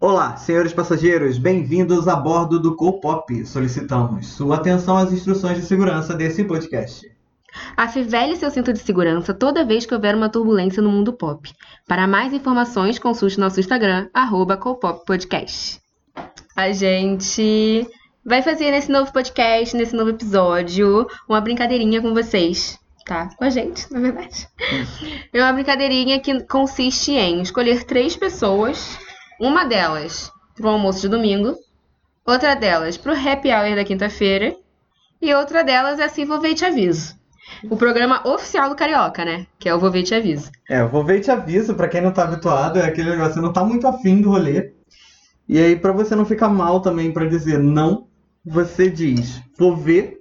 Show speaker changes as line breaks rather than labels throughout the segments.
Olá, senhores passageiros, bem-vindos a bordo do Copop. Solicitamos sua atenção às instruções de segurança desse podcast.
Afivele seu cinto de segurança toda vez que houver uma turbulência no mundo pop. Para mais informações, consulte nosso Instagram, arroba Copop Podcast. A gente vai fazer nesse novo podcast, nesse novo episódio, uma brincadeirinha com vocês. Tá, com a gente, na verdade. É uma brincadeirinha que consiste em escolher três pessoas, uma delas pro almoço de domingo, outra delas pro happy hour da quinta-feira, e outra delas é assim, vou ver e te aviso. O programa oficial do Carioca, né? Que é o Vou Ver e Te Aviso.
É, eu vou ver e te aviso, pra quem não tá habituado, é aquele negócio, você não tá muito afim do rolê. E aí, pra você não ficar mal também pra dizer não, você diz, vou ver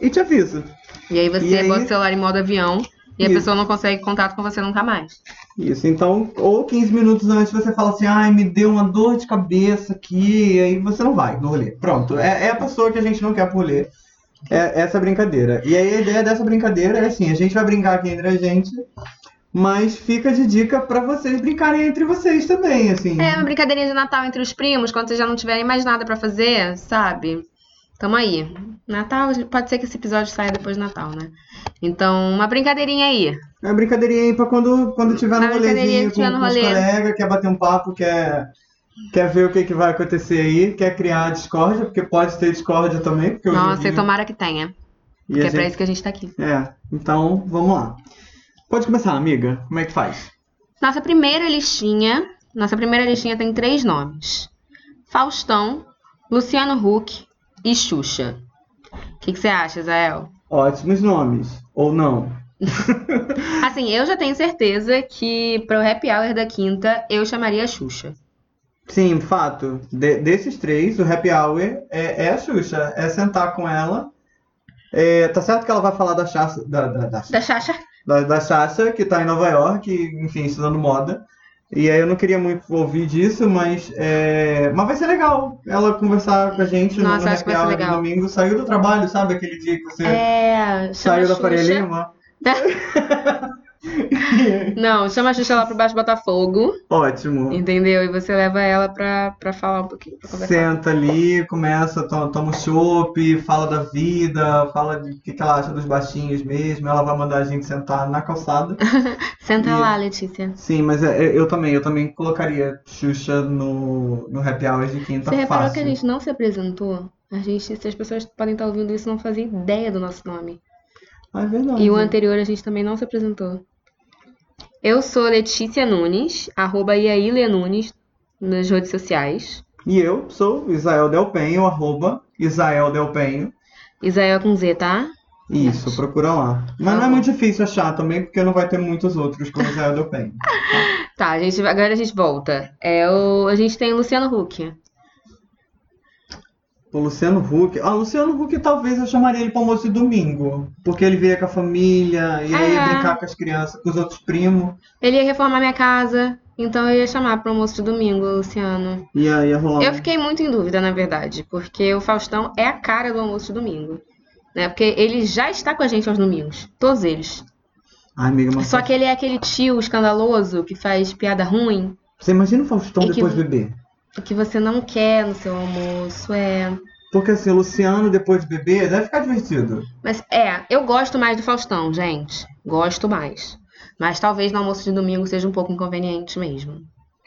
e te aviso.
E aí você
E aí-
bota o celular em modo avião e a
Isso.
pessoa não consegue contato com você nunca mais.
Isso, então, ou 15 minutos antes você fala assim, ai, me deu uma dor de cabeça aqui, e aí você não vai no rolê. Pronto, é, é a pessoa que a gente não quer pro rolê. É essa brincadeira. E aí a ideia dessa brincadeira é assim, a gente vai brincar aqui entre a gente, mas fica de dica pra vocês brincarem entre vocês também, assim.
É uma brincadeirinha de Natal entre os primos, quando vocês já não tiverem mais nada pra fazer, sabe? Tamo aí. Natal, pode ser que esse episódio saia depois do Natal, né? Então, uma brincadeirinha aí.
É uma brincadeirinha aí pra quando, quando tiver no
Uma É brincadeirinha
rolezinho
que tiver
com,
no
com os
rolê.
colegas, quer bater um papo, quer, quer ver o que, que vai acontecer aí, quer criar a discórdia, porque pode ter discórdia também. Porque hoje em
Nossa,
dia-
e tomara que tenha.
Uhum. e
Porque
a
é pra
gente-
isso que a gente tá aqui.
É, então vamos lá. Pode começar, amiga. Como é que faz?
Nossa primeira listinha. Nossa primeira listinha tem três nomes: Faustão, Luciano Huck e Xuxa. O que que você acha, Zael?
Ótimos nomes, ou não?
Assim, eu já tenho certeza que pro happy hour da quinta eu chamaria a Xuxa.
Sim, fato. De- desses três, o happy hour é, é a Xuxa. É sentar com ela. É, tá certo que ela vai falar da Chacha, da, da, da,
Da Xaxa?
da, da Chacha, que tá em Nova York, e, enfim, estudando moda. E aí eu não queria muito ouvir disso, mas, é, mas vai ser legal ela conversar com a gente no-
Nossa,
no
acho
happy
que vai ser
hour do
legal.
domingo. Saiu do trabalho, sabe? Aquele dia que você
É. Chama
saiu
a
da
Xuxa.
Faria Lima.
Não, chama a Xuxa lá pro Baixo Botafogo,
Ótimo.
entendeu? E você leva ela pra, pra falar um pouquinho, pra conversar.
Senta ali, começa, to- toma um chopp, fala da vida, fala de o que, que ela acha dos baixinhos mesmo. Ela vai mandar a gente sentar na calçada.
Senta
E-
lá, Letícia.
Sim, mas é- é- eu também, eu também colocaria Xuxa no, no happy hour de quinta
Você reparou
Tá fácil.
que a gente não se apresentou? A gente, se as pessoas podem estar ouvindo isso, não fazem ideia do nosso nome.
Ah, é verdade.
E o anterior a gente também não se apresentou. Eu sou Letícia Nunes, arroba Iaília Nunes nas redes sociais.
E eu sou Isael Delpenho, arroba Isael Delpenho.
Isael com Z, tá?
Isso, procura lá. Mas não é
Tá
muito difícil achar também, porque não vai ter muitos outros com Isael Delpenho.
Tá, a gente, agora a gente volta. É, o, a gente tem Luciano Huck.
O Luciano Huck. Ah, o Luciano Huck talvez eu chamaria ele para almoço de domingo. Porque ele viria com a família, e aí
É.
brincar com as crianças, com os outros primos.
Ele ia reformar minha casa, então eu ia chamar pro almoço de domingo, Luciano.
E aí ia rolar.
Eu
um-
fiquei muito em dúvida, na verdade, porque o Faustão é a cara do almoço de domingo. Né? Porque ele já está com a gente aos domingos. Todos eles.
Ai, amiga, mas.
Só que ele é aquele tio escandaloso que faz piada ruim
Você imagina o Faustão
E que-
depois beber?
que você não quer no seu almoço. É.
Porque assim, o Luciano depois de beber deve ficar divertido.
Mas é, eu gosto mais do Faustão, gente. Gosto mais. Mas talvez no almoço de domingo seja um pouco inconveniente mesmo.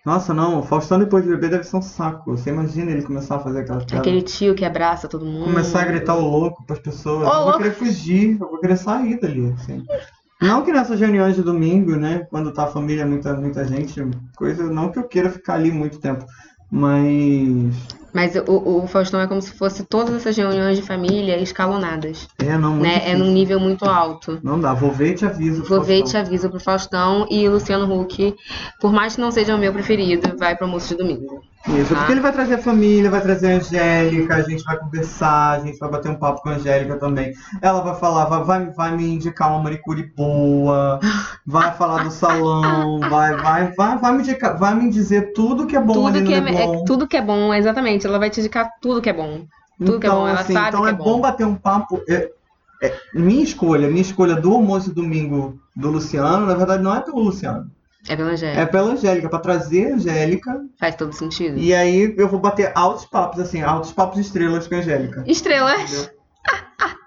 Nossa, não, o Faustão depois de beber deve ser um saco. Você imagina ele começar a fazer aquela piada.
Aquele tio que abraça todo mundo.
Tá. Começar a gritar o louco pras pessoas.
Ô,
eu vou
louco.
querer fugir, eu vou querer sair dali, assim. Não que nessas reuniões de domingo, né? Quando tá a família, muita, muita gente, coisa. Não que eu queira ficar ali muito tempo. Mas.
Mas o, o Faustão é como se fosse todas essas reuniões de família escalonadas,
É, não, muito
né? É num
difícil.
nível muito alto.
Não dá, vou ver e te aviso. um
Vou ver e te
Faustão.
aviso pro Faustão e Luciano Huck. Por mais que não seja o meu preferido, vai pro almoço de domingo.
Isso,
Ah.
porque ele vai trazer a família, vai trazer a Angélica, a gente vai conversar, a gente vai bater um papo com a Angélica também. Ela vai falar, vai, vai, vai me indicar uma manicure boa, vai falar do salão, vai, vai, vai, vai me indicar, vai me dizer tudo que é bom ali
tudo
no
que é,
Leblon.
é- tudo que é bom, exatamente. Ela vai te indicar tudo que é bom. tudo que é bom, ela
assim,
sabe
então
que
é
é bom.
bater um papo. É, é, minha escolha, minha escolha do almoço de domingo do Luciano, na verdade não é pelo Luciano.
É Hum. pela Angélica.
É pela Angélica, pra trazer a Angélica.
Faz todo sentido.
E aí eu vou bater altos papos, assim, altos papos estrelas com a Angélica.
Estrelas.
Entendeu?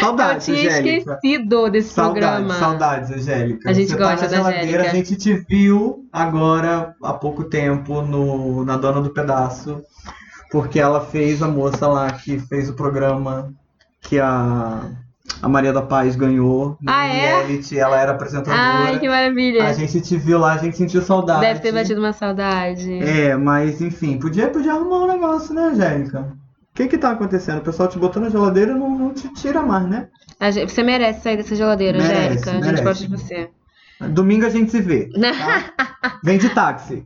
Saudades,
eu tinha
Angélica.
esquecido desse
Saudades,
programa.
saudades, Angélica.
A gente
Você
gosta
tá
da
na geladeira,
Angélica.
a gente te viu agora há pouco tempo no, na Dona do Pedaço, porque ela fez a moça lá que fez o programa que a, a Maria da Paz ganhou no
Ah, é?
reality, ela era apresentadora.
Ai, que maravilha.
A gente te viu lá, a gente sentiu saudade.
Deve ter batido uma saudade.
É, mas enfim, podia, podia arrumar um negócio, né, Angélica? O que que tá acontecendo? O pessoal te botou na geladeira e não, não te tira mais, né?
A gente- Você merece sair dessa geladeira,
Merece,
Angélica. A gente
merece.
gosta de você.
Domingo a gente se vê. Vem de táxi.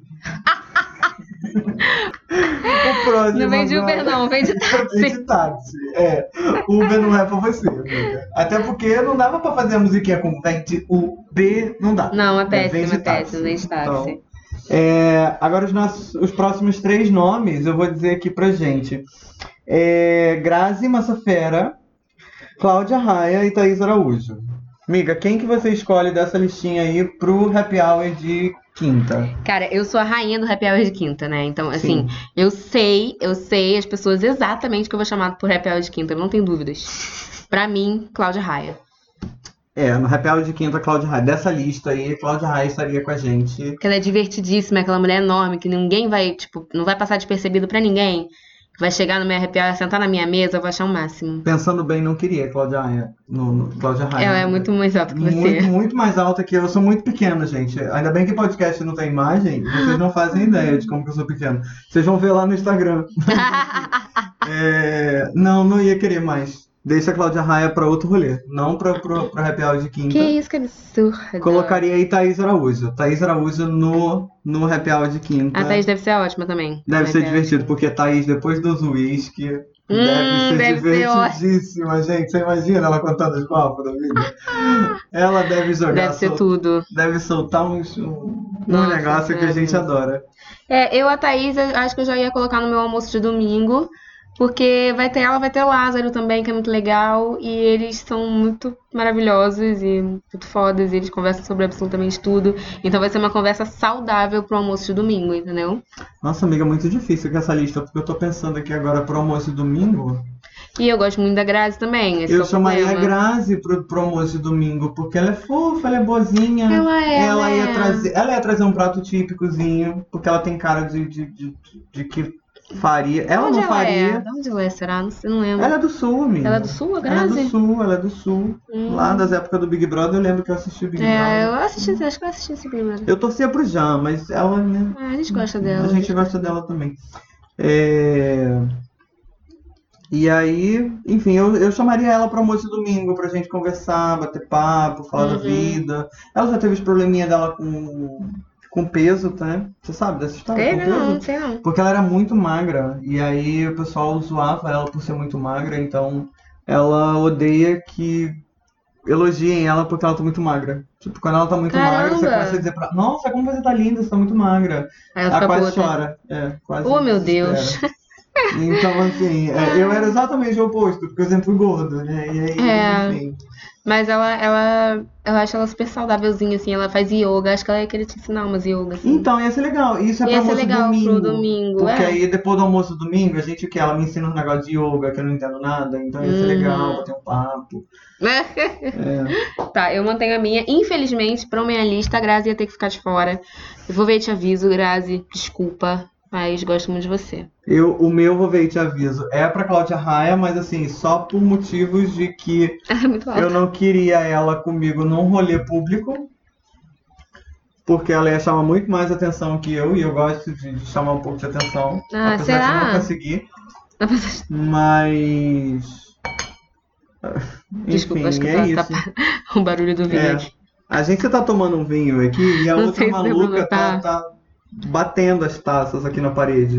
o próximo
Não vem de Uber,
agora-
não. Vem de
Vem
táxi.
de táxi. É, Uber não é pra você, amiga. Até porque não dava pra fazer a musiquinha com vem de Uber, não dá.
Não, é
Vem de
péssimo, é
táxi.
péssimo. Vem de táxi.
Então, É, agora os, nossos, os próximos três nomes eu vou dizer aqui pra gente. É, Grazi Massafera, Cláudia Raia e Thaís Araújo. Amiga, quem que você escolhe dessa listinha aí pro happy hour de quinta?
Cara, eu sou a rainha do happy hour de quinta, né? Então, assim,
Sim.
eu sei, eu sei as pessoas exatamente que eu vou chamar por happy hour de quinta, não tenho dúvidas. Pra mim, Cláudia Raia.
É, no happy hour de quinta, Cláudia Raia. Dessa lista aí, Cláudia Raia estaria com a gente.
Porque ela é divertidíssima, é aquela mulher enorme que ninguém vai, tipo, não vai passar despercebido pra ninguém. Vai chegar no meu happy hour, sentar na minha mesa, eu vou achar o máximo.
Pensando bem, não queria Cláudia Raia. No, no- Cláudia Raia.
Ela é muito mais alta que você. é.
Muito, muito mais alta que eu. Eu sou muito pequena, gente. Ainda bem que podcast não tem imagem. Vocês não
Uhum.
fazem ideia de como que eu sou pequeno. Vocês vão ver lá no Instagram. É, Não, não ia querer mais. Deixa a Cláudia Raia pra outro rolê. Não pra, pra, pra happy hour de quinta.
que isso, que absurdo.
Colocaria aí Thaís Araújo. Thaís Araújo no, no happy hour de quinta.
A Thaís é deve ser ótima também.
né? Deve ser
Happy hour.
divertido, porque Thaís, depois dos uísque, deve ser
Hum, deve ser ótimo.
divertidíssima, gente. Você imagina ela contando os papos da vida? ela deve jogar,
Deve ser
sol-
tudo.
deve soltar uns- um, um
Nossa,
negócio que a gente
sério.
adora.
É, eu, a Thaís, eu acho que eu já ia colocar no meu almoço de domingo, porque vai ter ela, vai ter o Lázaro também, que é muito legal, e eles são muito maravilhosos e muito fodas, e eles conversam sobre absolutamente tudo. Então vai ser uma conversa saudável pro almoço de domingo, entendeu?
Nossa, amiga, é muito difícil com essa lista, porque eu tô pensando aqui agora pro almoço de domingo.
E eu gosto muito da Grazi também, esse que é
eu
o
chamaria a
problema.
Grazi pro, pro almoço de domingo, porque ela é fofa, ela é boazinha.
Ela é,
Ela
ela é.
ia trazer, ela ia trazer um prato típicozinho, porque ela tem cara de, de, de, de que faria. Ela
Onde
não
ela é?
faria.
De onde ela é, será? Não sei, não lembro.
Ela é do sul, amiga.
Ela é do sul, a
Ela é do
Grazi?
sul, ela é do sul.
Hum.
Lá das épocas do Big Brother, eu lembro que eu assisti o Big
É,
Brother.
eu assisti, acho que eu assisti esse primeiro.
Eu torcia pro Jean, mas ela, né?
Ah, a gente gosta dela.
A gente gosta dela também. É... E aí, enfim, eu, eu chamaria ela pra almoço de domingo, pra gente conversar, bater papo, falar da
Uhum.
vida. Ela já teve os probleminha dela com, com peso, tá, né? Você sabe dessa história? com
Teve?
peso?
Não, não sei não.
Porque ela era muito magra, e aí o pessoal zoava ela por ser muito magra, então ela odeia que elogiem ela porque ela tá muito magra. Tipo, quando ela tá muito magra, você
Caramba!
começa a dizer pra ela, nossa, como você tá linda, você tá muito magra.
Aí ela
Ela
fica
Ah, quase
puta.
chora. É, quase
Oh, meu Deus. Ah.
desespera. Então, assim, é, eu era exatamente o oposto, porque eu sempre fui gordo, né? E aí,
É.
enfim.
Mas ela, ela, eu acho ela super saudávelzinha, assim. Ela faz yoga. Acho que ela é ia querer te ensinar umas yoga, assim.
Então, ia ser legal. Isso é pra
ia ser
almoço
legal
domingo.
pro domingo.
Porque
É.
aí depois do almoço domingo, a gente o que? Ela me ensina um negócio de yoga que eu não entendo nada, então isso
Uhum.
é legal, bater um papo. É.
tá, eu mantenho a minha. Infelizmente, pra minha lista, a Grazi ia ter que ficar de fora. Eu vou ver e te aviso, Grazi. Desculpa, mas gosto muito de você.
Eu, o meu, vou ver e te aviso, é pra Cláudia Raia, mas assim, só por motivos de que
É muito alto.
eu não queria ela comigo num rolê público, porque ela ia chamar muito mais atenção que eu, e eu gosto de, de chamar um pouco de atenção,
Ah,
apesar de
será?
não conseguir. Mas. Enfim,
Desculpa, acho que
é
tá-
isso.
tá o barulho do vinho
É.
aqui.
A gente tá tomando um vinho aqui e a
Não
outra
sei se deu pra
maluca tá,
notar.
tá batendo as taças aqui na parede.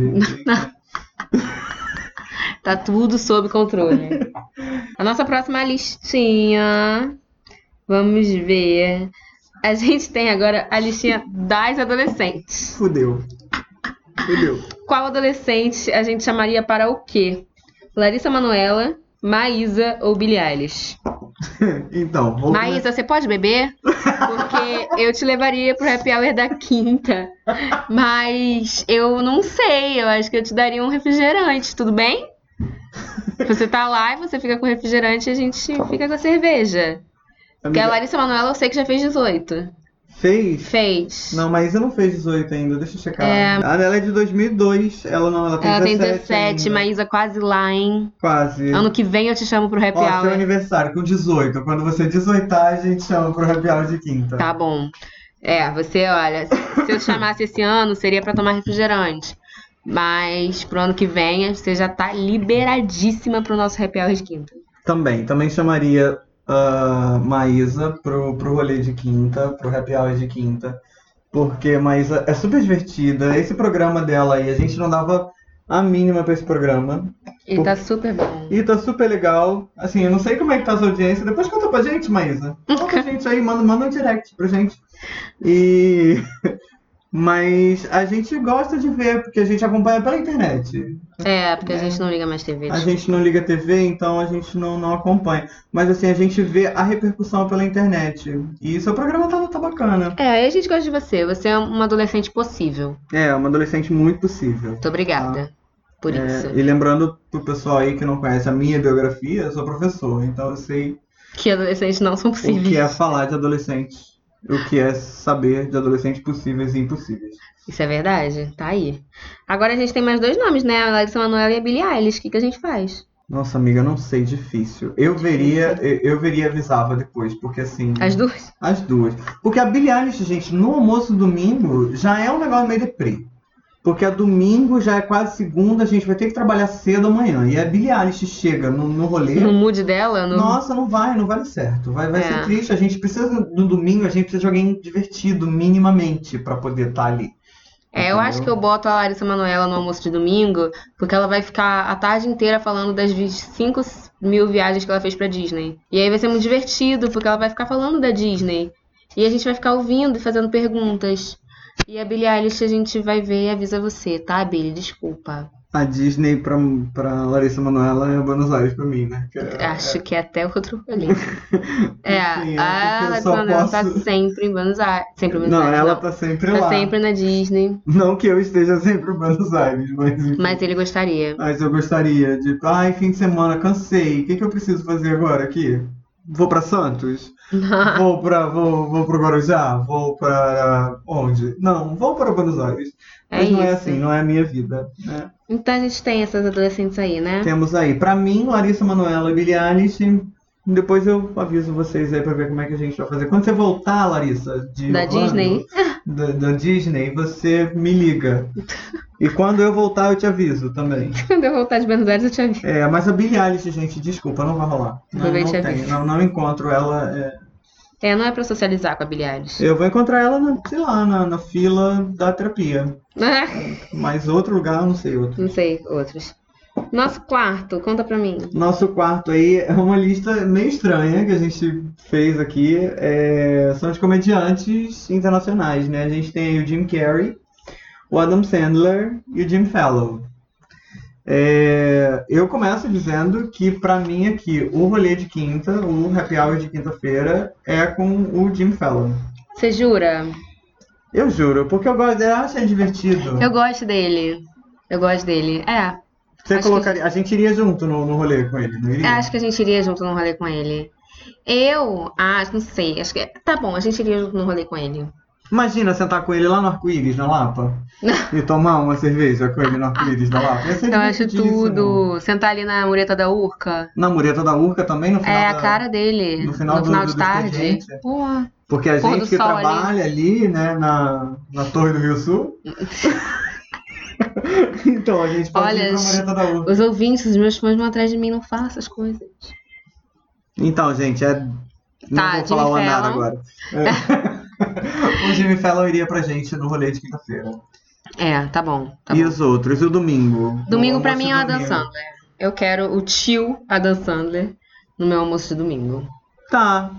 Tá tudo sob controle. A nossa próxima listinha. Vamos ver. A gente tem agora a listinha das adolescentes.
Fudeu. Fudeu.
Qual adolescente a gente chamaria para o quê? Larissa Manoela, Maísa ou Billie Eilish?
Então, vamos
Maísa, você pode beber? Porque eu te levaria pro happy hour da quinta. Mas eu não sei, eu acho que eu te daria um refrigerante, tudo bem? Você tá lá e você fica com refrigerante e a gente fica com a cerveja. Porque a
Amiga,
Larissa Manoela eu sei que já fez 18.
Fez?
Fez.
Não, Maísa não fez 18 ainda, deixa eu checar. Ah, Ela é de 2002, ela não, ela tem
Ela tem
17
17,
ainda.
Maísa quase lá, hein?
Quase.
Ano que vem eu te chamo pro happy
Ó, seu
hour.
aniversário com 18. Quando você 18 a gente chama pro happy hour de quinta.
Tá bom. É, você, olha, se eu te chamasse esse ano, seria pra tomar refrigerante. Mas pro ano que vem, você já tá liberadíssima pro nosso happy hour de quinta.
Também, também chamaria ah, Maísa pro, pro rolê de quinta, pro happy hour de quinta, porque Maísa é super divertida. Esse programa dela aí, a gente não dava a mínima pra esse programa.
E tá super bom.
E tá super legal. Assim, eu não sei como é que tá a sua audiência. Depois conta pra gente, Maísa. Conta pra gente aí, manda, manda um direct pra gente. E. Mas a gente gosta de ver, porque a gente acompanha pela internet.
É, porque a gente não liga mais TV.
A gente não liga TV, então a gente não, não acompanha. Mas assim, a gente vê a repercussão pela internet. E seu programa tá, tá bacana.
É, aí a gente gosta de você. Você é uma adolescente possível.
É, uma adolescente muito possível.
Muito obrigada por
É,
isso.
e lembrando pro pessoal aí que não conhece a minha biografia, eu sou professor, então eu sei
Que adolescentes não são
o que
possíveis.
é falar de adolescente, o que é saber de adolescentes possíveis e impossíveis.
Isso é verdade, tá aí. Agora a gente tem mais dois nomes, né? A Larissa Manoela e a Billie Eilish. O que, que a gente faz?
Nossa, amiga, não sei, difícil. Eu veria, eu, eu veria e avisava depois, porque assim.
As duas?
As duas. Porque a Billie Eilish, gente, no almoço domingo já é um negócio meio deprê. Porque a domingo já é quase segunda, a gente vai ter que trabalhar cedo amanhã. E a Billie Eilish chega no, no rolê.
No mood dela? No...
Nossa, não vai, não vai dar certo. Vai, vai
É.
ser triste. A gente precisa no domingo, a gente precisa de alguém divertido, minimamente, pra poder estar ali.
É, eu acho que
Entendeu?
eu boto a Larissa Manoela no almoço de domingo, porque ela vai ficar a tarde inteira falando das 25 mil viagens que ela fez pra Disney. E aí vai ser muito divertido, porque ela vai ficar falando da Disney. E a gente vai ficar ouvindo e fazendo perguntas. E a Billie Eilish a gente vai ver e avisa você, tá, Billie? Desculpa.
A Disney pra, pra Larissa Manoela é Buenos Aires pra mim, né? Que é-
Acho que é até outro olhinho. É,
Enfim, é
a
porque eu
Larissa
só
Manoela tá
posso-
sempre em Buenos Aires. Sempre em Buenos
Não,
Aires,
ela
não.
tá sempre
Tá
lá.
sempre na Disney,
Não que eu esteja sempre em Buenos Aires, mas. enfim.
mas ele gostaria.
Mas eu gostaria de. Ai, fim de semana, cansei. O que, que eu preciso fazer agora aqui? Vou pra Santos? Vou pra. Vou, vou pro Guarujá? Vou pra. Onde? Não, vou para Buenos Aires.
É
Mas não é
isso.
assim, não é a minha vida. né?
Então a gente tem essas adolescentes aí, né?
Temos aí, pra mim, Larissa Manoela e Billie Eilish. Depois eu aviso vocês aí pra ver como é que a gente vai fazer. Quando você voltar, Larissa, de
Da
Orlando,
Disney?
Da, da Disney, você me liga. E quando eu voltar, eu te aviso também.
Quando eu voltar de Buenos Aires, eu te aviso.
É, mas a Billie Eilish, gente, desculpa, não vai rolar. Não,
Aproveite
não
a
tem,
vida.
não, não encontro ela. é.
É, não é pra socializar com a Billie Eilish.
Eu vou encontrar ela, na, sei lá, na, na fila da terapia. Mas outro lugar, eu não sei outro.
Né? Não sei, outros. Nosso quarto, conta pra mim.
Nosso quarto aí é uma lista meio estranha que a gente fez aqui. É, são os comediantes internacionais, né? A gente tem aí o Jim Carrey, o Adam Sandler e o Jim Fallow. É, eu começo dizendo que pra mim aqui o rolê de quinta, o happy hour de quinta-feira é com o Jim Fallon.
Você jura?
Eu juro, porque eu gosto, eu acho ele divertido.
Eu gosto dele. Eu gosto dele. É,
Você
acho que-
colocaria, a gente iria junto no, no rolê com ele, não
eu
iria?
acho que a gente iria junto num rolê com ele. Eu acho, não sei, acho que. Tá bom, a gente iria junto num rolê com ele.
Imagina sentar com ele lá no Arco-Íris, na Lapa. e tomar uma cerveja com ele no Arco-Íris da Lapa. Ia ser
Eu acho
divertidíssimo.
tudo. Sentar ali na mureta da Urca.
Na mureta da Urca também, no final
É a
da-
cara dele.
no final do-
de
do
tarde.
expediente. é.
Porra.
Porque a
pôr
gente
do
que
sol ali.
trabalha ali, né, na, na Torre do Rio Sul. então, a gente pode
Olha,
ir pra mureta da Urca.
Os ouvintes, os meus fãs vão atrás de mim, não façam essas coisas.
Então, gente, é... Não
Tá,
vou
Jimmy
falar o andar
Fallon.
agora. É. o Jimmy Fallon iria pra gente no rolê de quinta-feira.
É, tá bom. Tá
e
bom.
os outros? E o domingo?
Domingo
O
pra
almoço
mim é
de
o Adam
domingo.
Sandler. Eu quero o tio Adam Sandler no meu almoço de domingo.
Tá.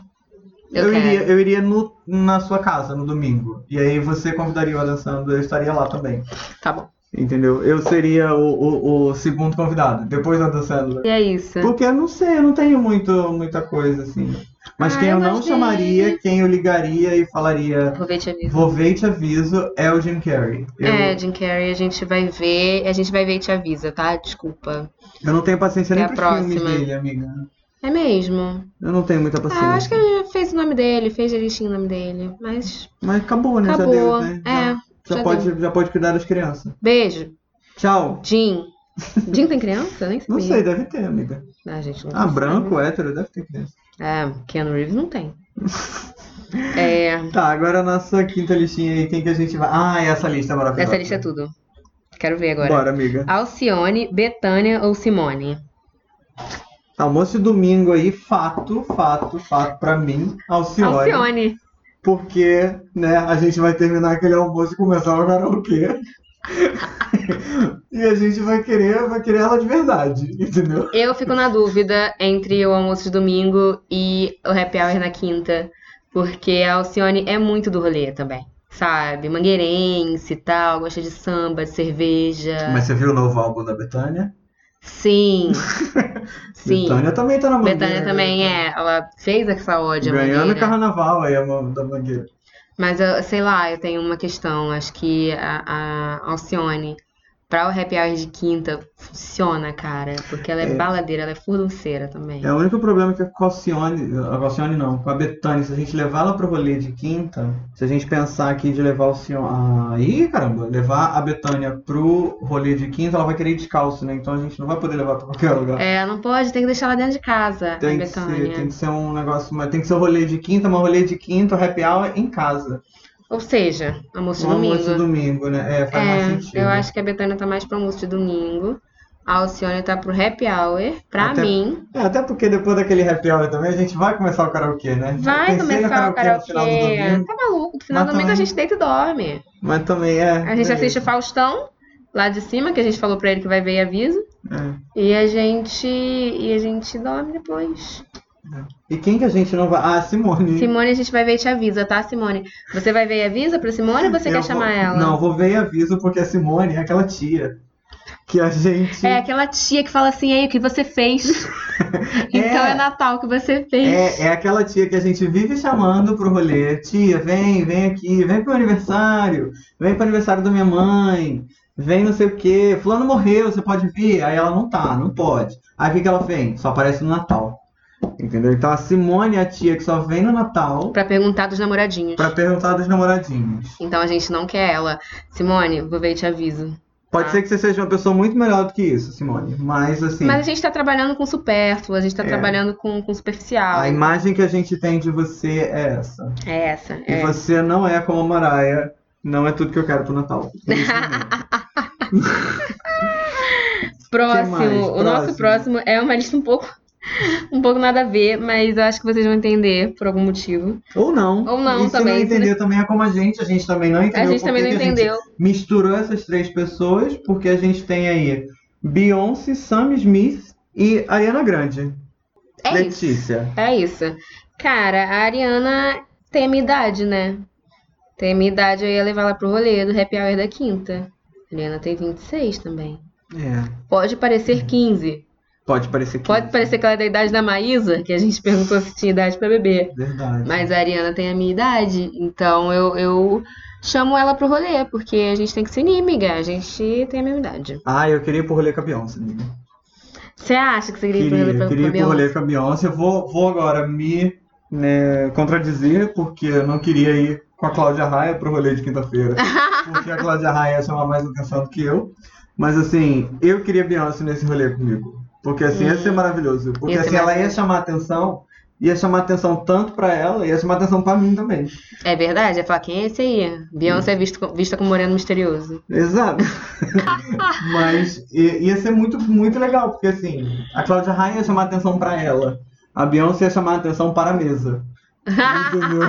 Eu
Eu,
quero.
iria, eu iria no, na sua casa no domingo. E aí você convidaria o Adam Sandler, eu estaria lá também.
Tá bom.
Entendeu? Eu seria o, o, o segundo convidado, depois da do Sandler.
E é isso.
Porque eu não sei, eu não tenho muito, muita coisa assim. Mas
Ah,
quem
eu
eu não
gostei.
chamaria, quem eu ligaria e falaria,
Vou ver te aviso.
vou ver e te aviso, é o Jim Carrey. Eu,
É, Jim Carrey, a gente vai ver. A gente vai ver e te avisa, tá? Desculpa.
eu não tenho paciência
É
nem
a
pros filmes
próxima.
dele, amiga.
É mesmo.
Eu não tenho muita paciência.
Ah, acho que ele fez o nome dele, fez direitinho o nome dele. Mas
Mas acabou, né?
acabou.
Já deu, né?
É.
Já, já
já
pode, já pode cuidar das crianças.
Beijo.
Tchau.
Jim. Jim tem criança? Eu Nem
Não
sabia.
sei, deve ter, amiga.
Ah, gente, não né?
Ah,
sabe.
branco, hétero, deve ter criança.
É, Keanu Reeves não tem. É,
Tá, agora a nossa quinta listinha aí, quem que a gente vai. Ah, essa lista é maravilhosa.
essa lista é tudo. Quero ver agora.
Bora, amiga.
Alcione, Betânia ou Simone?
Almoço de domingo aí, fato, fato, fato pra mim, Alcione.
Alcione.
Porque, né, a gente vai terminar aquele almoço e começar o karaokê. e a gente vai querer, vai querer ela de verdade, entendeu?
Eu fico na dúvida entre o almoço de domingo e o happy hour na quinta, porque a Alcione é muito do rolê também, sabe? Mangueirense e tal, gosta de samba, de cerveja.
Mas você viu o novo álbum da Betânia?
Sim. Sim.
Betânia também tá né? na mangueira.
Betânia também é. Ela fez essa ódio à
Ganhando
Mangueira.
carnaval aí a mão da mangueira.
Mas eu, sei lá, eu tenho uma questão. Acho que a, a Alcione, pra o happy hour de quinta, funciona, cara. Porque ela é,
É.
baladeira, ela é furdunceira também.
É, o único problema é que com a Alcione, a Alcione não, com a Betânia, se a gente levar ela pro rolê de quinta, se a gente pensar aqui de levar a Alcione. Aí, caramba, levar a Betânia pro rolê de quinta, ela vai querer ir descalço, né? Então a gente não vai poder levar pra qualquer lugar.
É, não pode, tem que deixar ela dentro de casa, a
Tem que ser,
Betânia.
tem que ser um negócio, mas tem que ser o rolê de quinta, mas um rolê de quinta, o happy hour em casa.
Ou seja, almoço de
Um almoço de
domingo.
domingo, né? É, faz mais
É,
sentido.
eu acho que a Betânia tá mais pro almoço de domingo. A Alcione tá pro happy hour. Pra
Até-
mim,
É, até porque depois daquele happy hour também, a gente vai começar o karaokê, né?
vai
Pensei no
começar o
karaokê no final do
karaokê.
domingo,
Tá maluco? No final
Mas
do domingo a
também-
gente deita e dorme.
mas também é.
A gente
beleza.
assiste o Faustão, lá de cima, que a gente falou pra ele que vai ver e avisa.
É.
E a gente. E a gente dorme depois.
E quem que a gente não vai. Ah, Simone.
Simone, a gente vai ver e te avisa, tá, Simone? Você vai ver e avisa pra Simone ou você
Eu
quer
vou-
chamar ela?
Não, vou ver e aviso, porque a Simone é aquela tia que a gente.
É aquela tia que fala assim, aí, o que você fez? Então
É.
é Natal o que você fez.
É, é aquela tia que a gente vive chamando pro rolê. Tia, vem, vem aqui, vem pro aniversário, vem pro aniversário da minha mãe, vem não sei o quê. Fulano morreu, você pode vir? Aí ela não tá, não pode. Aí o que, que ela vem? Só aparece no Natal. Entendeu? Então a Simone é a tia que só vem no Natal
Pra perguntar dos namoradinhos.
pra perguntar dos namoradinhos.
Então a gente não quer ela. Simone, vou ver e te aviso.
Pode
Ah.
ser que você seja uma pessoa muito melhor do que isso, Simone. Mas assim.
Mas a gente tá trabalhando com supérfluo, a gente tá
É.
trabalhando com, com superficial.
A imagem que a gente tem de você é essa.
É essa.
E
é.
você não é como a Mariah, não é tudo que eu quero pro Natal. Por isso não.
Próximo.
Que mais?
O nosso
Próximo.
próximo é uma lista um pouco, um pouco nada a ver, mas eu acho que vocês vão entender por algum motivo.
Ou não.
Ou não
e se
também,
não
se
entender também é como a gente, a gente também não
A
entendeu.
gente
por
também
que
não
que a gente
entendeu.
misturou essas três pessoas, porque a gente tem aí Beyoncé, Sam Smith e Ariana Grande.
É isso.
Letícia.
É isso. Cara, a Ariana tem a minha idade, né? Tem a minha idade, eu ia levar ela pro rolê do happy hour da quinta. A Ariana tem 26 também.
É.
Pode parecer 15.
Pode parecer que.
Pode parecer que ela é da idade da Maísa, que a gente perguntou se tinha idade pra beber.
Verdade.
Mas a Ariana tem a minha idade, então eu, eu chamo ela pro rolê, porque a gente tem que se unir, amiga. A gente tem a mesma idade.
Ah, eu queria ir pro rolê com a Beyoncé, amiga.
Você acha que você queria ir pro rolê
Queria,
pra,
queria ir
pra
pro rolê
Beyoncé?
com a Beyoncé. Eu vou, vou agora me né, contradizer, porque eu não queria ir com a Cláudia Raia pro rolê de quinta-feira. Porque a Cláudia Raia ia chamar mais atenção do que eu. Mas assim, eu queria Beyoncé nesse rolê comigo. Porque assim, ia ser maravilhoso. Porque
Hum. Ia ser
assim, ela ia
maravilhoso.
chamar atenção, ia chamar atenção tanto pra ela, ia chamar atenção pra mim também.
É verdade? Ia falar, quem é esse aí? Beyoncé é visto, com- vista como moreno misterioso.
Exato. Mas i- ia ser muito, muito legal, porque assim, a Cláudia Raia ia chamar atenção pra ela. A Beyoncé ia chamar atenção para a mesa. Entendeu?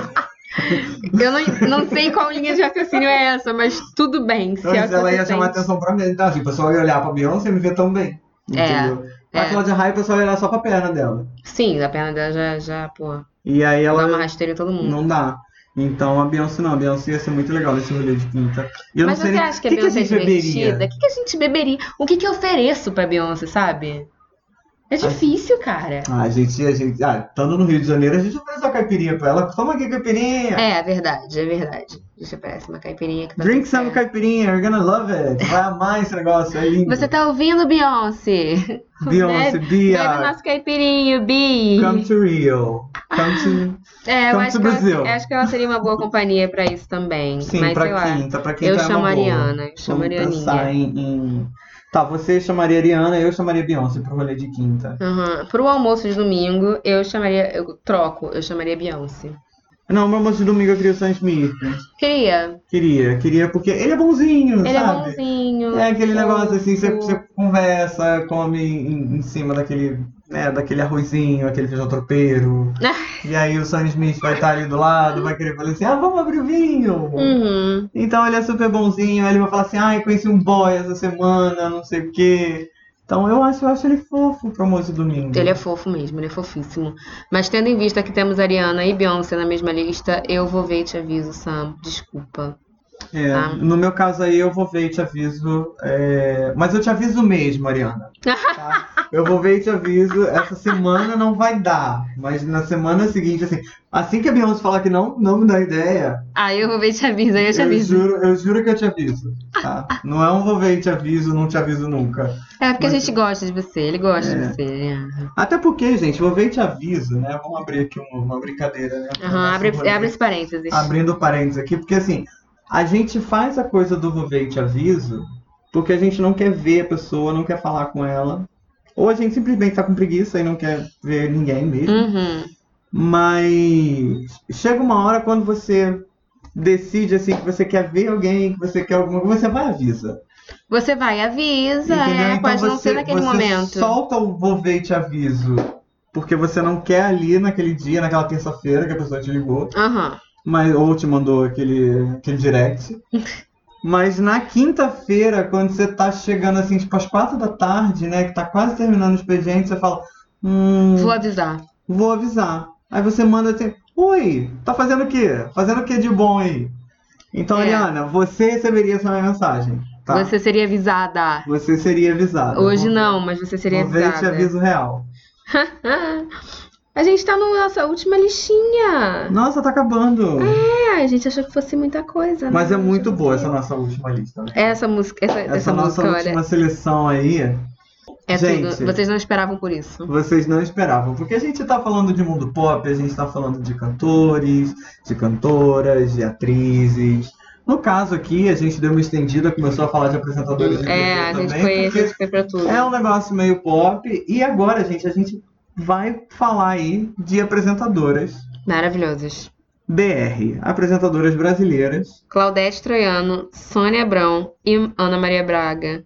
Eu não, não sei qual linha de raciocínio é essa, mas tudo bem. Se
Então,
é o que
ela
você
ia chamar
sente.
atenção pra mim. Então, assim, o pessoal ia olhar pra Beyoncé e me ver tão bem.
É,
Entendeu?
é.
A Cláudia Raia, o pessoal ia olhar só pra perna dela.
Sim, a perna dela já, já pô,
E aí
dá
ela
uma rasteira em todo mundo.
não dá. Então a Beyoncé não, a Beyoncé ia ser muito legal nesse rolê de quinta. E eu
Mas
não sei
você
nem-
acha que a
o que que a
Beyoncé é
gente beberia?
divertida? O que, que a gente beberia? O que, que eu ofereço pra Beyoncé, sabe? É difícil, cara.
Ah, gente, a gente. Ah, estando no Rio de Janeiro, a gente ofereceu a caipirinha pra ela. Toma aqui, caipirinha!
É, é verdade, é verdade. Deixa eu aparecer uma caipirinha que tá
Drink
tudo
some
certo.
caipirinha, you're gonna love it. Vai amar esse negócio, é lindo.
Você tá ouvindo, Beyoncé?
Beyoncé, Bia,
Bebe nosso caipirinho, Bi.
come to Rio. Come
É, eu
come
acho
to
que, ela,
Brasil.
eu acho que ela seria uma boa companhia pra isso também.
to. Sim,
Mas sei
pra
lá.
quinta, pra quinta
Eu
é uma
chamo a
boa.
Ariana, eu chamo a
Vamos pensar
Arianinha.
em, em- Tá, você chamaria a Ariana, eu chamaria a Beyoncé pro rolê de quinta.
Uhum. Pro almoço de domingo, eu chamaria. Eu troco, eu chamaria Beyoncé.
Não, meu almoço de domingo eu queria o Sam Smith.
Queria.
Queria, queria, porque ele é bonzinho,
Ele é
sabe?
bonzinho.
É aquele negócio assim, você,
fofo.
você conversa, come em, em cima daquele, né, daquele arrozinho, aquele feijão tropeiro. e aí o Sam Smith vai estar ali do lado, vai querer falar assim, ah, vamos abrir o vinho.
Uhum.
Então ele é super bonzinho, aí ele vai falar assim, ai, conheci um boy essa semana, não sei o quê. Então eu acho, eu acho ele fofo pro almoço de domingo.
Ele é fofo mesmo, ele é fofíssimo. Mas tendo em vista que temos Ariana e Beyoncé na mesma lista, eu vou ver e te aviso, Sam. Desculpa.
É,
Ah.
No meu caso aí eu vou ver e te aviso. é, Mas eu te aviso mesmo, Ariana. tá? Eu vou ver e te aviso. Essa semana não vai dar. Mas na semana seguinte, assim, assim que a Beyoncé falar que não, não me dá ideia,
Ah, eu vou ver e te aviso,
É
aí eu te aviso.
juro, eu juro que eu te aviso. tá? Não é um vou ver e te aviso, não te aviso nunca.
É porque a
Mas-
gente gosta de você, ele gosta
É.
de você, Ariana.
Até porque, gente, vou ver e te aviso, né? Vamos abrir aqui uma, uma brincadeira, né? pro
Aham,
nosso
abre,
rolê.
abre esse parênteses.
abrindo parênteses aqui, porque assim, a gente faz a coisa do vou ver e te aviso, porque a gente não quer ver a pessoa, não quer falar com ela. Ou a gente simplesmente tá com preguiça e não quer ver ninguém mesmo.
Uhum.
Mas chega uma hora quando você decide assim que você quer ver alguém, que você quer alguma coisa, você vai e avisa.
Você vai, avisa,
entendeu?
é,
Então
pode não
você,
ser naquele
você
momento.
solta o vou ver e te aviso. Porque você não quer ali naquele dia, naquela terça-feira que a pessoa te ligou.
Aham.
Mas, ou te mandou aquele, aquele direct. Mas na quinta-feira, quando você tá chegando assim, tipo, às quatro da tarde, né? Que tá quase terminando o expediente, você fala, hum,
Vou avisar.
vou avisar. Aí você manda assim, oi, tá fazendo o quê? Fazendo o quê de bom aí? Então,
É.
Ariana, você receberia essa minha mensagem, tá?
Você seria avisada.
Você seria avisado.
Hoje não, mas você seria
Vou ver e te
avisada. Ah,
aviso real.
a gente tá na nossa última listinha.
Nossa, tá acabando.
É, a gente achou que fosse muita coisa, né?
Mas é muito
Achou
boa
que-
essa nossa última lista, né?
Essa música, essa,
Essa,
essa
nossa
música,
última
olha,
seleção aí.
é
Gente.
tudo. Vocês não esperavam por isso.
Vocês não esperavam, porque a gente tá falando de mundo pop, a gente tá falando de cantores, de cantoras, de atrizes. No caso aqui, a gente deu uma estendida, começou a falar de apresentadores de
É, a
TV
gente
também,
foi, a
porque
gente foi pra tudo.
é um negócio meio pop. E agora, gente, a gente vai falar aí de apresentadoras
Maravilhosos.
BR, apresentadoras brasileiras.
Claudete Troiano, Sônia Abrão e Ana Maria Braga.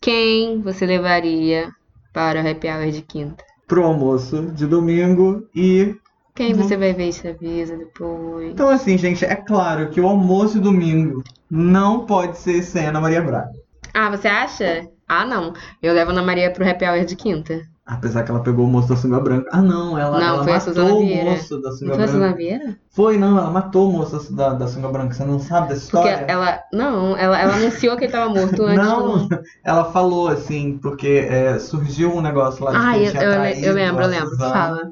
Quem você levaria para o happy hour de quinta?
Pro almoço de domingo e
Quem
Uhum.
você vai ver essa avisa depois?
Então, assim, gente, é claro que o almoço de domingo não pode ser sem Ana Maria Braga.
Ah, você acha? Ah, não. Eu levo a Ana Maria pro happy hour de quinta.
Apesar que ela pegou o moço da sunga branca. Ah, não, ela,
Não,
ela
foi a Suzana
matou o
Vieira.
moço da sunga
Não foi a
branca.
Suzana Vieira?
Foi, não, ela matou o moço da, da sunga branca. Você não sabe dessa
Porque
história?
ela. Não, ela, ela anunciou que ele tava morto antes
Não,
do.
ela falou assim, porque é, surgiu um negócio lá de
Ah,
que ele
eu,
tinha
eu, le-
traído
eu lembro,
a
eu lembro.
Suzana.
Fala.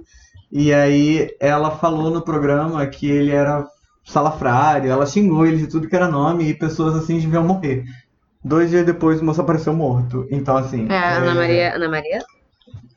E aí ela falou no programa que ele era salafrário, ela xingou ele de tudo que era nome e pessoas assim deviam morrer. Dois dias depois o moço apareceu morto. Então, assim.
É, a Ana Maria. Ana Maria?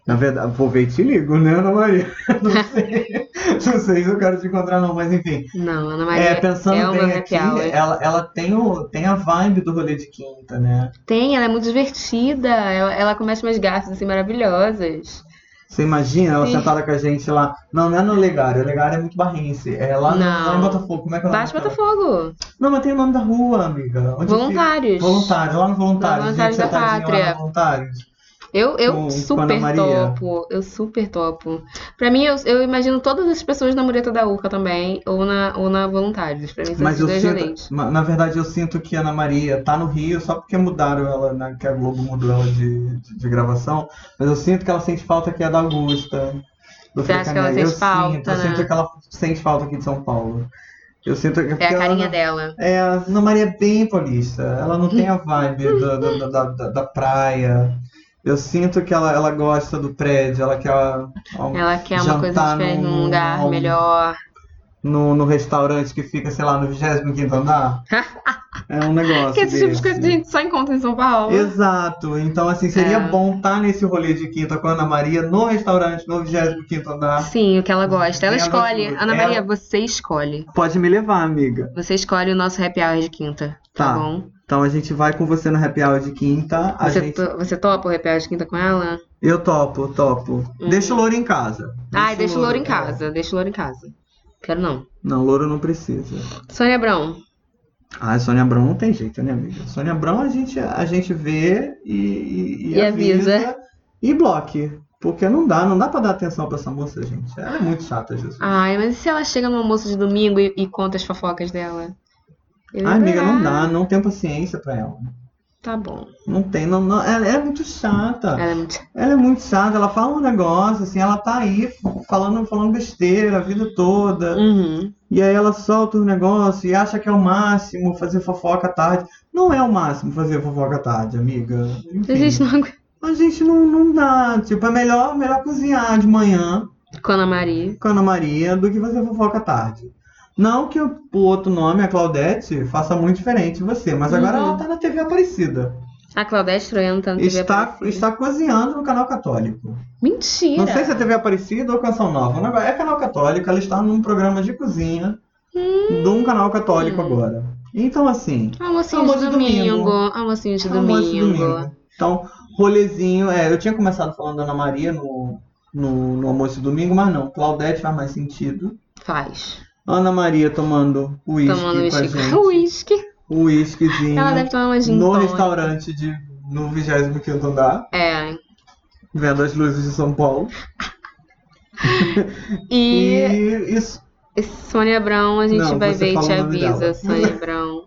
Na verdade, vou ver e te ligo, né, Ana Maria? Não sei, não sei se eu quero te encontrar, não, mas enfim.
Não, Ana Maria.
É, pensando
é uma
bem
happy
aqui,
hour.
ela, ela tem, o, tem a vibe do rolê de quinta, né?
Tem, ela é muito divertida. Ela, ela comete umas gafes assim maravilhosas.
Você imagina ela
Sim.
sentada com a gente lá. Não, não é no Legário, o Legário é muito barrense. É lá, no-
Não.
lá em Botafogo, como é que é o nome
Baixo
daquela-
Botafogo.
Não, mas tem o nome da rua, amiga. Onde
Voluntários.
Fica? Voluntários, lá no Voluntários.
Lá no Voluntários
gente,
da
sentadinha Lá
Pátria.
no Voluntários.
Eu, eu
Com- com Ana
super
Maria.
topo. Eu super topo. Pra mim, eu, eu imagino todas as pessoas na Mureta da Urca também, ou na, ou na Voluntários. Pra mim, são
Mas
esses
eu
dois
sinto,
rolês.
ma- na verdade, eu sinto que a Ana Maria tá no Rio só porque mudaram ela, né, que a Globo mudou ela de, de, de gravação. Mas eu sinto que ela sente falta aqui é da Augusta. Do
Você acha que
Fricaneia.
ela sente
eu
falta,
sinto, eu
né?
sinto que ela sente falta aqui de São Paulo. Eu sinto que.
É a carinha
dela.
dela.
É, a Ana Maria é bem paulista. Ela não tem a vibe da, da, da, da, da praia. Eu sinto que ela, ela gosta do prédio, ela quer a- a-
Ela quer uma coisa
Jantar
diferente,
num-
num lugar
num-
melhor.
no, no restaurante que fica, sei lá, no 25º andar. É um negócio
Porque esse tipo de
desse.
coisa a gente só encontra em São Paulo.
Exato. Então, assim, seria
É.
bom estar nesse rolê de quinta com a Ana Maria no restaurante, no 25º andar.
Sim, o que ela gosta. Ela
Ela
escolhe.
gosta.
Ana Maria,
Ela-
você escolhe.
Pode me levar, amiga.
Você escolhe o nosso happy hour de quinta,
Tá.
tá, bom?
Então a gente vai com você no happy hour de quinta. A
Você, tá-
gente...
to- você topa o happy hour de quinta com ela?
Eu topo, topo. Deixa o louro em casa.
Uhum. Ai, deixa o louro em
é.
casa, deixa o louro em casa. Quero não.
Não, louro não precisa.
Sônia Abrão,
Ah, Sônia Abrão não tem jeito, né, amiga? Sônia Abrão a gente, a gente vê e, e, e
E avisa.
E bloque. Porque não dá, não dá pra dar atenção pra essa moça, gente. Ela é muito chata, Jesus.
ai, mas e se ela chega no almoço de domingo e, e conta as fofocas dela? Eu ia
Ai, amiga, não
adorar.
dá, não tenho paciência pra ela.
Tá bom.
Não tem, não, não. Ela é muito chata.
Ela é muito...
Ela é muito chata, ela fala um negócio, assim, ela tá aí falando, falando besteira a vida toda.
Uhum.
E aí ela solta o negócio e acha que é o máximo fazer fofoca à tarde. Não é o máximo fazer fofoca à tarde, amiga. Enfim,
A gente não aguenta.
a gente não, não dá. Tipo, é melhor, melhor cozinhar de manhã
Com a Ana Maria.
com a Ana Maria do que fazer fofoca à tarde. Não que o o outro nome, a Claudete, faça muito diferente de você, mas agora
Uhum.
ela tá na TV Aparecida.
A Claudete Troiano tá no TV
Está,
Aparecida.
está cozinhando no canal católico.
Mentira!
Não sei se é TV Aparecida ou Canção Nova. O negócio É canal católico, ela está num programa de cozinha
Hum.
de um canal católico agora. Então, assim,
Almocinho
Almoço
de
de domingo.
domingo. Almocinho de
almoço de
domingo.
domingo. Então, rolezinho. É, eu tinha começado falando da Ana Maria no, no, no almoço de domingo, mas não. Claudete faz mais sentido.
Faz.
Ana Maria tomando uísque
Tomando
com a
uísque.
gente.
Uísque.
O uísquezinho
Ela deve um tomar uma gin
no
tônica.
restaurante de, no 25 andar,
É.
vendo as luzes de São Paulo.
E...
E isso.
Sônia Abrão, a gente
Não,
vai
você
ver e
fala
te
o nome
avisa,
dela.
Sônia Abrão.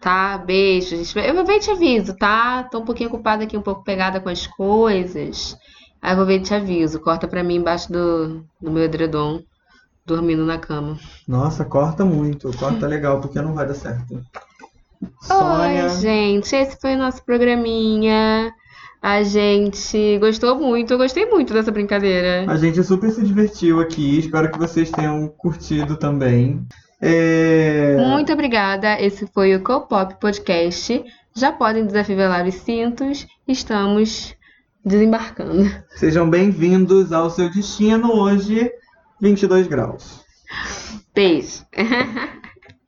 Tá, beijo. A gente vai... Eu vou ver e te aviso, tá? Tô um pouquinho ocupada aqui, um pouco pegada com as coisas. Aí eu vou ver e te aviso. Corta pra mim embaixo do, do meu edredom, dormindo na cama.
Nossa, corta muito. Corta legal, porque não vai dar certo.
Oi,
Sônia.
gente. Esse foi o nosso programinha. A gente gostou muito. Eu gostei muito dessa brincadeira.
A gente super se divertiu aqui. Espero que vocês tenham curtido também. É...
Muito obrigada. Esse foi o Copop Podcast. Já podem desafivelar os cintos. Estamos desembarcando.
Sejam bem-vindos ao seu destino hoje, 22 graus.
Beijo.